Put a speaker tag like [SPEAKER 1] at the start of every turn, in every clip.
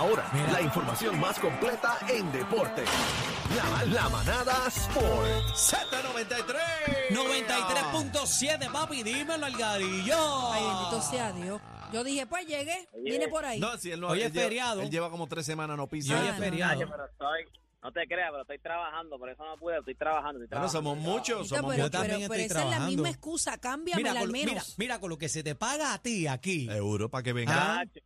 [SPEAKER 1] hora, la información más completa en deporte. La, la manada Sport.
[SPEAKER 2] Z93.
[SPEAKER 3] 93.7, papi, dímelo, Algarillo.
[SPEAKER 4] Ay, bendito sea Dios. Yo dije, pues llegué, vine por ahí.
[SPEAKER 2] No, si él no
[SPEAKER 3] Hoy
[SPEAKER 2] él
[SPEAKER 3] es
[SPEAKER 2] lleva-
[SPEAKER 3] feriado.
[SPEAKER 2] Él lleva como tres semanas no
[SPEAKER 3] Y
[SPEAKER 2] pisa.
[SPEAKER 3] hoy
[SPEAKER 4] Ah,
[SPEAKER 3] es
[SPEAKER 4] no.
[SPEAKER 3] feriado.
[SPEAKER 5] pero estoy, no te creas, pero estoy trabajando, por eso no pude, estoy trabajando. Estoy
[SPEAKER 2] Bueno,
[SPEAKER 5] trabajando.
[SPEAKER 2] somos muchos,
[SPEAKER 4] Bendito,
[SPEAKER 2] somos
[SPEAKER 4] pero,
[SPEAKER 3] yo
[SPEAKER 2] muchos.
[SPEAKER 3] también
[SPEAKER 4] pero- pero
[SPEAKER 3] estoy
[SPEAKER 4] esa es la
[SPEAKER 3] trabajando.
[SPEAKER 4] misma excusa, cámbiamela
[SPEAKER 3] con,
[SPEAKER 4] al
[SPEAKER 3] lo-
[SPEAKER 4] menos.
[SPEAKER 3] mira, mira con lo que se te paga a ti aquí.
[SPEAKER 5] Eh,
[SPEAKER 2] Seguro, para que venga.
[SPEAKER 3] Ah,
[SPEAKER 5] Tacho,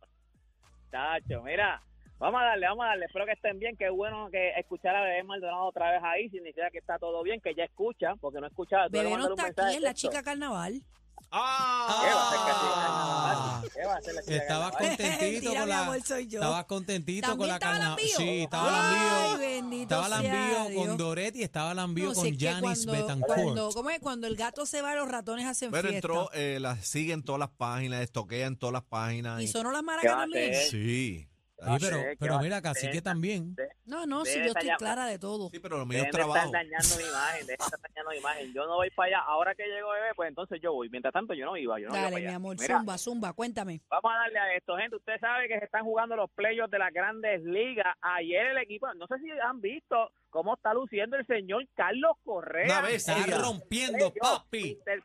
[SPEAKER 5] tacho, mira, vamos a darle, vamos a darle, espero que estén bien, qué bueno que escuchar a Bebé Maldonado otra vez ahí, significa que está todo bien, que ya escucha, porque no escuchaba. tú le
[SPEAKER 4] Bebé no
[SPEAKER 5] mandas un
[SPEAKER 4] está
[SPEAKER 5] mensaje
[SPEAKER 4] aquí,
[SPEAKER 5] de
[SPEAKER 4] es la
[SPEAKER 5] texto.
[SPEAKER 4] chica carnaval.
[SPEAKER 2] Ah,
[SPEAKER 5] ¿Qué va a hacer que sí?
[SPEAKER 3] Ah.
[SPEAKER 5] ¿Qué va a hacer la chica
[SPEAKER 3] Estabas
[SPEAKER 5] carnaval?
[SPEAKER 3] contentito
[SPEAKER 4] Mentira,
[SPEAKER 3] con
[SPEAKER 4] mi
[SPEAKER 3] la.
[SPEAKER 4] amor, soy yo.
[SPEAKER 3] Estabas contentito
[SPEAKER 4] ¿También
[SPEAKER 3] con la
[SPEAKER 4] estaba
[SPEAKER 3] carna-
[SPEAKER 4] lambío?
[SPEAKER 3] Sí, estaba
[SPEAKER 4] Ay,
[SPEAKER 3] lambío.
[SPEAKER 4] bendito
[SPEAKER 3] Estaba
[SPEAKER 4] sea
[SPEAKER 3] lambío
[SPEAKER 4] Dios.
[SPEAKER 3] con Doretti, estaba lambío
[SPEAKER 4] No, si
[SPEAKER 3] con
[SPEAKER 4] es que
[SPEAKER 3] Janis
[SPEAKER 4] cuando-
[SPEAKER 3] Betancourt.
[SPEAKER 4] cuando- ¿Cómo es? Cuando el gato se va, los ratones hacen
[SPEAKER 2] Pero
[SPEAKER 4] fiesta.
[SPEAKER 2] entró, eh, la siguen todas las páginas, estoquean todas las páginas.
[SPEAKER 4] y
[SPEAKER 2] y-
[SPEAKER 4] sonó las
[SPEAKER 5] ¿Qué va a
[SPEAKER 4] maracas
[SPEAKER 5] hacer?
[SPEAKER 4] también.
[SPEAKER 2] Sí.
[SPEAKER 3] Ay,
[SPEAKER 5] No
[SPEAKER 3] pero,
[SPEAKER 5] sé, ¿qué
[SPEAKER 3] pero
[SPEAKER 5] va a
[SPEAKER 3] mira,
[SPEAKER 5] hacer?
[SPEAKER 3] cacique también.
[SPEAKER 4] No, no,
[SPEAKER 5] Debe
[SPEAKER 4] si yo
[SPEAKER 5] estar
[SPEAKER 4] estoy
[SPEAKER 5] llamando.
[SPEAKER 4] clara de todo.
[SPEAKER 2] Sí, pero lo mío
[SPEAKER 5] Dejen
[SPEAKER 2] es
[SPEAKER 5] de estar
[SPEAKER 2] trabajo.
[SPEAKER 5] dañando mi imagen, dejen de estar dañando mi imagen. Yo no voy para allá. Ahora que llegó bebé, pues entonces yo voy. Mientras tanto, yo no iba. Yo no iba
[SPEAKER 4] Dale,
[SPEAKER 5] para
[SPEAKER 4] mi
[SPEAKER 5] allá.
[SPEAKER 4] amor,
[SPEAKER 5] Mira,
[SPEAKER 4] zumba, zumba, cuéntame.
[SPEAKER 5] Vamos a darle a esto, gente. Usted sabe que se están jugando los playoffs de las grandes ligas. Ayer el equipo, no sé si han visto cómo está luciendo el señor Carlos
[SPEAKER 2] Una
[SPEAKER 5] Correa.
[SPEAKER 2] bestia.
[SPEAKER 3] Está
[SPEAKER 2] Ella.
[SPEAKER 3] rompiendo, papi.
[SPEAKER 5] Inter-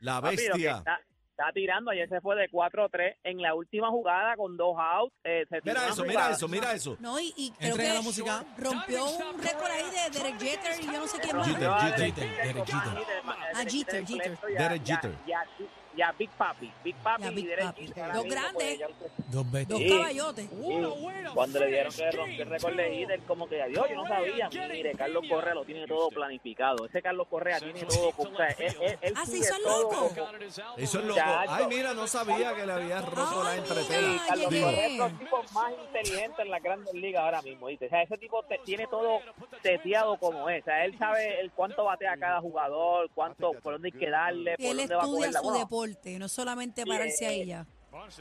[SPEAKER 2] La
[SPEAKER 5] papi, lo que
[SPEAKER 2] bestia.
[SPEAKER 5] está, está tirando. Ayer se fue de 4-3 en la última jugada con dos outs. Eh, se tiró
[SPEAKER 2] Mira
[SPEAKER 5] una
[SPEAKER 2] eso,
[SPEAKER 5] jugada.
[SPEAKER 2] mira eso, mira eso.
[SPEAKER 4] No, y, y creo
[SPEAKER 3] Entrega
[SPEAKER 4] que
[SPEAKER 3] la música.
[SPEAKER 4] rompió un récord ahí de Derek Jeter y yo no sé quién más.
[SPEAKER 2] Jeter,
[SPEAKER 5] Yo a
[SPEAKER 2] Jeter,
[SPEAKER 5] Derek
[SPEAKER 3] Jeter,
[SPEAKER 5] Jeter,
[SPEAKER 3] Derek
[SPEAKER 5] yo a
[SPEAKER 3] Jeter.
[SPEAKER 5] Jeter,
[SPEAKER 4] Ah,
[SPEAKER 5] Derek
[SPEAKER 4] Jeter,
[SPEAKER 5] Jeter,
[SPEAKER 4] Jeter.
[SPEAKER 5] Cleto, y a-
[SPEAKER 2] Derek
[SPEAKER 5] y a-
[SPEAKER 2] Jeter.
[SPEAKER 5] y a- Y a Big Papi, Big Papi
[SPEAKER 4] Y a
[SPEAKER 5] y
[SPEAKER 4] Big
[SPEAKER 5] Derek
[SPEAKER 4] Papi.
[SPEAKER 5] Jeter. ahora
[SPEAKER 4] Dos
[SPEAKER 5] mismo,
[SPEAKER 4] grandes.
[SPEAKER 5] pues, ya usted-
[SPEAKER 3] Dos
[SPEAKER 4] Dos
[SPEAKER 3] bestias.
[SPEAKER 5] Sí. Uh,
[SPEAKER 4] caballotes.
[SPEAKER 5] Sí, Cuando le dieron que rompió el récord de líder, como que adiós, yo no sabía. Mire, Carlos Correa lo tiene todo planificado. Este. Ese Carlos Correa tiene todo. O sea, él, él- él
[SPEAKER 4] Ah, se
[SPEAKER 5] sigue
[SPEAKER 4] hizo el
[SPEAKER 5] todo
[SPEAKER 4] loco.
[SPEAKER 5] como-
[SPEAKER 2] Eso es loco.
[SPEAKER 5] Chacho.
[SPEAKER 2] Ay, mira, no sabía que le había roto la
[SPEAKER 4] Ay,
[SPEAKER 2] entretela.
[SPEAKER 5] Sí, Carlos
[SPEAKER 4] llegué.
[SPEAKER 5] Correa es los tipos más inteligentes en la grandes ligas ahora mismo, ¿viste? O sea, ese tipo te- tiene todo seteado como es. O sea, él sabe el cuánto batea cada jugador, cuánto, por dónde hay que darle, por
[SPEAKER 4] Él
[SPEAKER 5] dónde va a
[SPEAKER 4] estudia
[SPEAKER 5] coger la
[SPEAKER 4] su
[SPEAKER 5] bola.
[SPEAKER 4] deporte, no solamente
[SPEAKER 5] Sí,
[SPEAKER 4] pararse
[SPEAKER 5] eh,
[SPEAKER 4] ahí ya.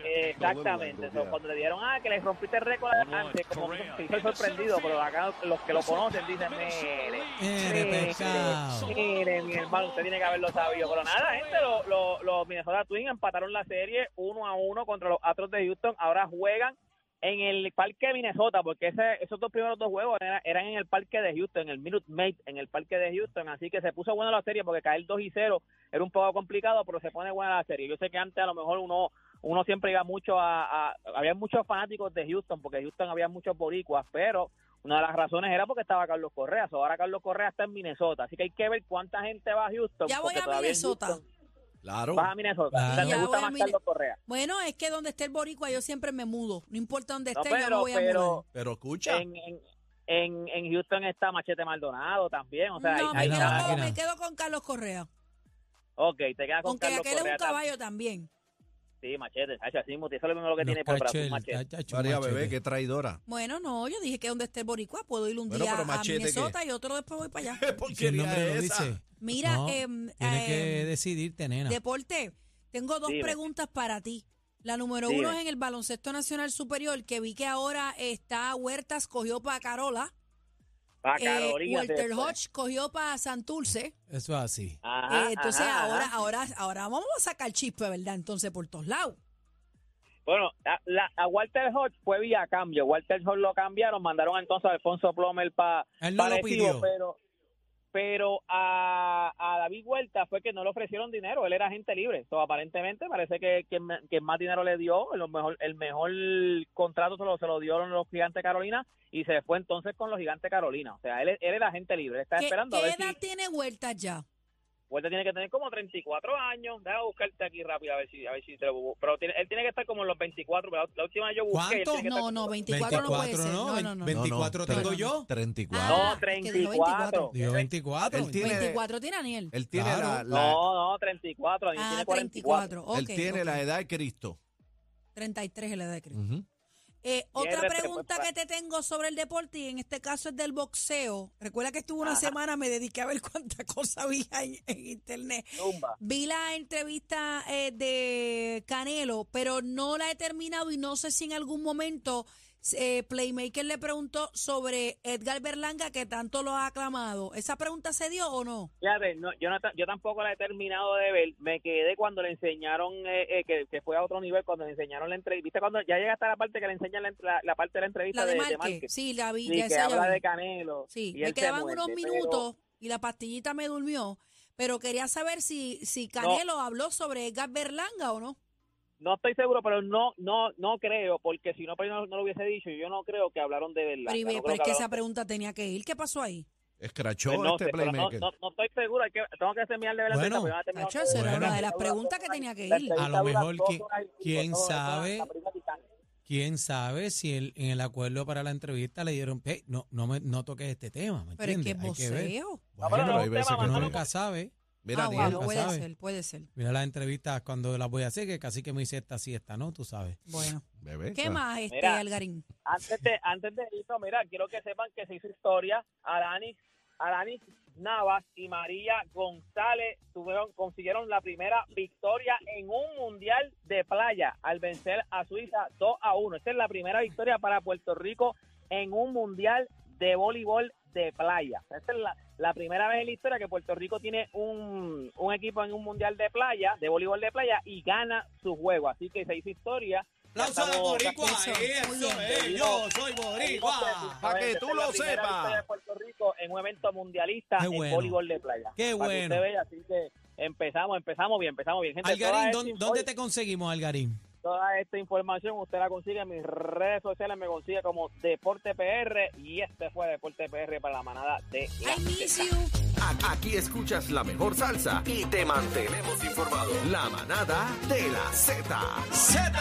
[SPEAKER 5] Exactamente, so, cuando le dieron, ah, que le rompiste el récord antes, como que se hizo sorprendido, pero acá los que lo conocen dicen, mire,
[SPEAKER 3] Mire, pescado.
[SPEAKER 5] mire, mi hermano, usted tiene que haberlo sabido. Pero nada, gente, lo- lo- los Minnesota Twins empataron la serie 1 a 1 contra los Astros de Houston. Ahora juegan en el parque de Minnesota, porque ese- esos dos primeros dos juegos era- eran en el parque de Houston, en el Minute Maid, en el parque de Houston. Así que se puso buena la serie, porque caer 2 y 0 era un poco complicado, pero se pone buena la serie. Yo sé que antes a lo mejor uno uno siempre iba mucho a, a- había muchos fanáticos de Houston porque Houston había muchos boricuas pero una de las razones era porque estaba Carlos Correa so, ahora Carlos Correa está en Minnesota así que hay que ver cuánta gente va a Houston
[SPEAKER 4] Ya voy
[SPEAKER 5] porque
[SPEAKER 4] a
[SPEAKER 5] todavía en
[SPEAKER 4] Minnesota.
[SPEAKER 5] Houston-
[SPEAKER 2] Claro.
[SPEAKER 5] vas a Minnesota
[SPEAKER 3] Claro.
[SPEAKER 5] o sea,
[SPEAKER 4] Ya
[SPEAKER 5] te gusta
[SPEAKER 4] voy a
[SPEAKER 5] más
[SPEAKER 4] Mine-
[SPEAKER 5] Carlos Correa
[SPEAKER 4] Bueno, es que donde esté el boricua yo siempre me mudo. No importa dónde
[SPEAKER 5] No,
[SPEAKER 4] esté, yo me
[SPEAKER 5] pero
[SPEAKER 4] este voy a mudar.
[SPEAKER 5] pero
[SPEAKER 2] Pero escucha.
[SPEAKER 5] en, en, en, en Houston está Machete Maldonado también o sea
[SPEAKER 4] no,
[SPEAKER 5] ahí- ahí
[SPEAKER 4] me,
[SPEAKER 3] no,
[SPEAKER 4] quedo
[SPEAKER 5] está-
[SPEAKER 3] ahí
[SPEAKER 4] con,
[SPEAKER 3] no.
[SPEAKER 4] me quedo con Carlos Correa.
[SPEAKER 5] ok te quedas con
[SPEAKER 4] Aunque
[SPEAKER 5] Carlos
[SPEAKER 4] aquel es un
[SPEAKER 5] Correa también.
[SPEAKER 4] caballo también.
[SPEAKER 5] sí Machete chacho, así mismo, eso es lo mismo que
[SPEAKER 3] Los
[SPEAKER 5] tiene por brazo
[SPEAKER 3] cachel,
[SPEAKER 5] un Machete
[SPEAKER 3] chacho,
[SPEAKER 2] María
[SPEAKER 3] machete.
[SPEAKER 2] Bebé, qué traidora.
[SPEAKER 4] Bueno, no, yo dije que donde esté el boricua puedo ir un
[SPEAKER 2] Bueno,
[SPEAKER 4] día
[SPEAKER 2] pero
[SPEAKER 4] a
[SPEAKER 2] Machete, ¿qué?
[SPEAKER 4] Minnesota y otro después voy para allá.
[SPEAKER 2] ¿Qué
[SPEAKER 3] Si el
[SPEAKER 2] porquería
[SPEAKER 3] nombre lo
[SPEAKER 2] es esa?
[SPEAKER 3] dice.
[SPEAKER 4] Mira,
[SPEAKER 3] No,
[SPEAKER 4] em,
[SPEAKER 3] Tienes que
[SPEAKER 4] em,
[SPEAKER 3] decidirte, nena.
[SPEAKER 4] Deporte, tengo dos
[SPEAKER 5] Dime.
[SPEAKER 4] preguntas para ti. La número
[SPEAKER 5] Dime.
[SPEAKER 4] uno es en el baloncesto nacional superior, que vi que ahora está Huertas, cogió para Carola.
[SPEAKER 5] Pa'
[SPEAKER 4] eh,
[SPEAKER 5] Ah, Carolina
[SPEAKER 4] Walter
[SPEAKER 5] después.
[SPEAKER 4] Hodge cogió para Santurce.
[SPEAKER 3] Eso es así.
[SPEAKER 5] Ajá,
[SPEAKER 4] Eh, entonces
[SPEAKER 5] ajá,
[SPEAKER 4] ahora,
[SPEAKER 5] ajá.
[SPEAKER 4] ahora, ahora vamos a sacar chispa, ¿verdad? Entonces por todos lados.
[SPEAKER 5] Bueno, a, la- a Walter Hodge fue vía cambio. Walter Hodge lo cambiaron, mandaron entonces a Alfonso Plomer para
[SPEAKER 3] Él no lo pidió.
[SPEAKER 5] pero pero a, a David Huerta fue que no le ofrecieron dinero, él era agente libre. Entonces, aparentemente parece que quien, me- quien más dinero le dio, lo mejor, el mejor contrato se lo, se lo dieron los gigantes Carolina y se fue entonces con los gigantes Carolina. O sea, él, es- él era agente libre, está
[SPEAKER 4] ¿Qué,
[SPEAKER 5] esperando a
[SPEAKER 4] qué
[SPEAKER 5] ver
[SPEAKER 4] edad
[SPEAKER 5] si
[SPEAKER 4] tiene Huertas ya?
[SPEAKER 5] Huerta tiene que tener como 34 años. Déjame buscarte aquí rápido a ver si, a ver si te lo busco. Pero tiene- él tiene que estar como en los 24. pero La, la última vez yo busqué. él
[SPEAKER 3] ¿Cuánto?
[SPEAKER 5] tiene que estar
[SPEAKER 4] No,
[SPEAKER 5] como-
[SPEAKER 4] no, 24, no puede ser. No, no, no.
[SPEAKER 2] No, no,
[SPEAKER 3] 24
[SPEAKER 2] tre-
[SPEAKER 3] tengo yo.
[SPEAKER 2] 34.
[SPEAKER 4] Ah,
[SPEAKER 5] No,
[SPEAKER 4] es que dijo 24.
[SPEAKER 5] 34.
[SPEAKER 3] Digo 24.
[SPEAKER 2] Él tiene-
[SPEAKER 4] 24 tiene Daniel.
[SPEAKER 2] Él tiene
[SPEAKER 3] Claro.
[SPEAKER 2] la, la-
[SPEAKER 5] No, no, 34. Daniel
[SPEAKER 4] Ah,
[SPEAKER 5] tiene 44.
[SPEAKER 4] 34. ok,
[SPEAKER 2] él tiene
[SPEAKER 4] ok.
[SPEAKER 2] la edad de Cristo.
[SPEAKER 4] 33 es la edad de Cristo.
[SPEAKER 2] Ujú.
[SPEAKER 4] Eh, otra
[SPEAKER 5] Cierra este
[SPEAKER 4] pregunta que
[SPEAKER 5] portal.
[SPEAKER 4] te tengo sobre el deporte y en este caso es del boxeo. Recuerda que estuve una
[SPEAKER 5] Ajá.
[SPEAKER 4] semana, me dediqué a ver cuánta cosa había en, en internet.
[SPEAKER 5] Zumba.
[SPEAKER 4] Vi la entrevista eh, de Canelo, pero no la he terminado y no sé si en algún momento eh, Playmaker le preguntó sobre Edgar Berlanga, que tanto lo ha aclamado. ¿Esa pregunta se dio o no?
[SPEAKER 5] Fíjate, no, yo, no ta- yo tampoco la he terminado de ver. Me quedé cuando le enseñaron, eh, eh, que, que fue a otro nivel, cuando le enseñaron la entrevista. ¿Viste cuando ya llega hasta la parte que le enseñan la, ent- la- la parte de la entrevista
[SPEAKER 4] La de
[SPEAKER 5] de,
[SPEAKER 4] Márquez.
[SPEAKER 5] de Márquez?
[SPEAKER 4] Sí, la vi.
[SPEAKER 5] Sí,
[SPEAKER 4] ya
[SPEAKER 5] que
[SPEAKER 4] esa ya
[SPEAKER 5] habla
[SPEAKER 4] vi.
[SPEAKER 5] de Canelo.
[SPEAKER 4] Sí,
[SPEAKER 5] y él
[SPEAKER 4] me
[SPEAKER 5] se
[SPEAKER 4] quedaban
[SPEAKER 5] muerde,
[SPEAKER 4] unos
[SPEAKER 5] pero-
[SPEAKER 4] minutos y la pastillita me durmió, pero quería saber si, si Canelo habló sobre Edgar Berlanga o no.
[SPEAKER 5] No estoy seguro, pero no no no creo, porque si no, pues no, no lo hubiese dicho. Yo no creo que hablaron de
[SPEAKER 4] Pero,
[SPEAKER 5] verdad.
[SPEAKER 4] pues, Ibe,
[SPEAKER 5] no creo
[SPEAKER 4] pero es que
[SPEAKER 5] hablaron-
[SPEAKER 4] esa pregunta tenía que ir. ¿Qué pasó ahí?
[SPEAKER 2] Escrachó
[SPEAKER 5] Pues no
[SPEAKER 2] este
[SPEAKER 5] sé, pero no-
[SPEAKER 2] playmaker.
[SPEAKER 5] no, no estoy seguro. hay que- tengo que terminar de ver la
[SPEAKER 3] Bueno,
[SPEAKER 5] entrevista, porque yo no la he terminado
[SPEAKER 4] Tacho,
[SPEAKER 5] de
[SPEAKER 4] esa
[SPEAKER 5] ver.
[SPEAKER 4] era
[SPEAKER 3] Bueno.
[SPEAKER 4] una de las preguntas que tenía que
[SPEAKER 5] La
[SPEAKER 4] ir.
[SPEAKER 5] entrevista
[SPEAKER 3] A lo
[SPEAKER 5] dura
[SPEAKER 3] mejor
[SPEAKER 5] dos
[SPEAKER 3] que-
[SPEAKER 5] horas y-
[SPEAKER 3] quién
[SPEAKER 5] dos horas,
[SPEAKER 3] sabe.
[SPEAKER 5] la primera mitad.
[SPEAKER 3] Quién sabe si el- en el acuerdo para la entrevista le dieron, "Hey, no, no, me, no toques este tema, ¿me
[SPEAKER 4] Pero es que
[SPEAKER 3] entiendes?
[SPEAKER 4] es
[SPEAKER 3] Hay que ver.
[SPEAKER 4] voceo.
[SPEAKER 5] No, pero
[SPEAKER 3] Bueno,
[SPEAKER 5] no,
[SPEAKER 2] hay veces
[SPEAKER 5] tema,
[SPEAKER 2] que
[SPEAKER 3] uno
[SPEAKER 5] Manolo,
[SPEAKER 2] no-
[SPEAKER 3] nunca sabe.
[SPEAKER 2] Mira,
[SPEAKER 4] ah,
[SPEAKER 2] Daniel,
[SPEAKER 4] bueno,
[SPEAKER 3] nunca
[SPEAKER 4] puede
[SPEAKER 3] sabe.
[SPEAKER 4] ser, puede ser.
[SPEAKER 3] Mira las entrevistas cuando las voy a hacer, que casi que me hice esta sí, esta no, tú sabes.
[SPEAKER 4] Bueno,
[SPEAKER 2] bebé.
[SPEAKER 4] ¿qué
[SPEAKER 2] claro.
[SPEAKER 4] más, este
[SPEAKER 5] Mira.
[SPEAKER 4] Algarín?
[SPEAKER 5] Antes de, antes de irnos, mira, quiero que sepan que se hizo historia. Aranis, Aranis Navas y María González tuvieron, consiguieron la primera victoria en un mundial de playa al vencer a Suiza 2 a 1. Esta es la primera victoria para Puerto Rico en un mundial de voleibol de playa. Esta es la, la primera vez en la historia que Puerto Rico tiene un, un equipo en un mundial de playa, de voleibol de playa, y gana su juego. Así que se hizo historia. Ya
[SPEAKER 6] Aplausos a
[SPEAKER 5] estamos-
[SPEAKER 6] Boricua,
[SPEAKER 4] Eso, muy
[SPEAKER 6] eso
[SPEAKER 4] bien.
[SPEAKER 6] es, yo soy
[SPEAKER 3] Ah.
[SPEAKER 6] Boricua.
[SPEAKER 2] Pa' que tú
[SPEAKER 5] Esta es la
[SPEAKER 2] lo
[SPEAKER 5] primera
[SPEAKER 2] sepas.
[SPEAKER 5] victoria de Puerto Rico en un evento mundialista
[SPEAKER 3] Qué
[SPEAKER 5] en
[SPEAKER 3] bueno.
[SPEAKER 5] voleibol de playa.
[SPEAKER 3] Qué
[SPEAKER 5] Para que
[SPEAKER 3] bueno.
[SPEAKER 5] usted vea, así que empezamos, empezamos bien, empezamos bien. Gente, toda,
[SPEAKER 3] Algarín,
[SPEAKER 5] esta
[SPEAKER 3] ¿dónde,
[SPEAKER 5] info-
[SPEAKER 3] dónde te conseguimos, Algarín?
[SPEAKER 5] toda esta información usted la consigue en mis redes sociales, me consigue como Deporte PR y este fue Deporte PR para la manada de la
[SPEAKER 4] I miss you.
[SPEAKER 1] Aquí- Aquí escuchas la mejor salsa y te mantenemos informado. La manada de la Z.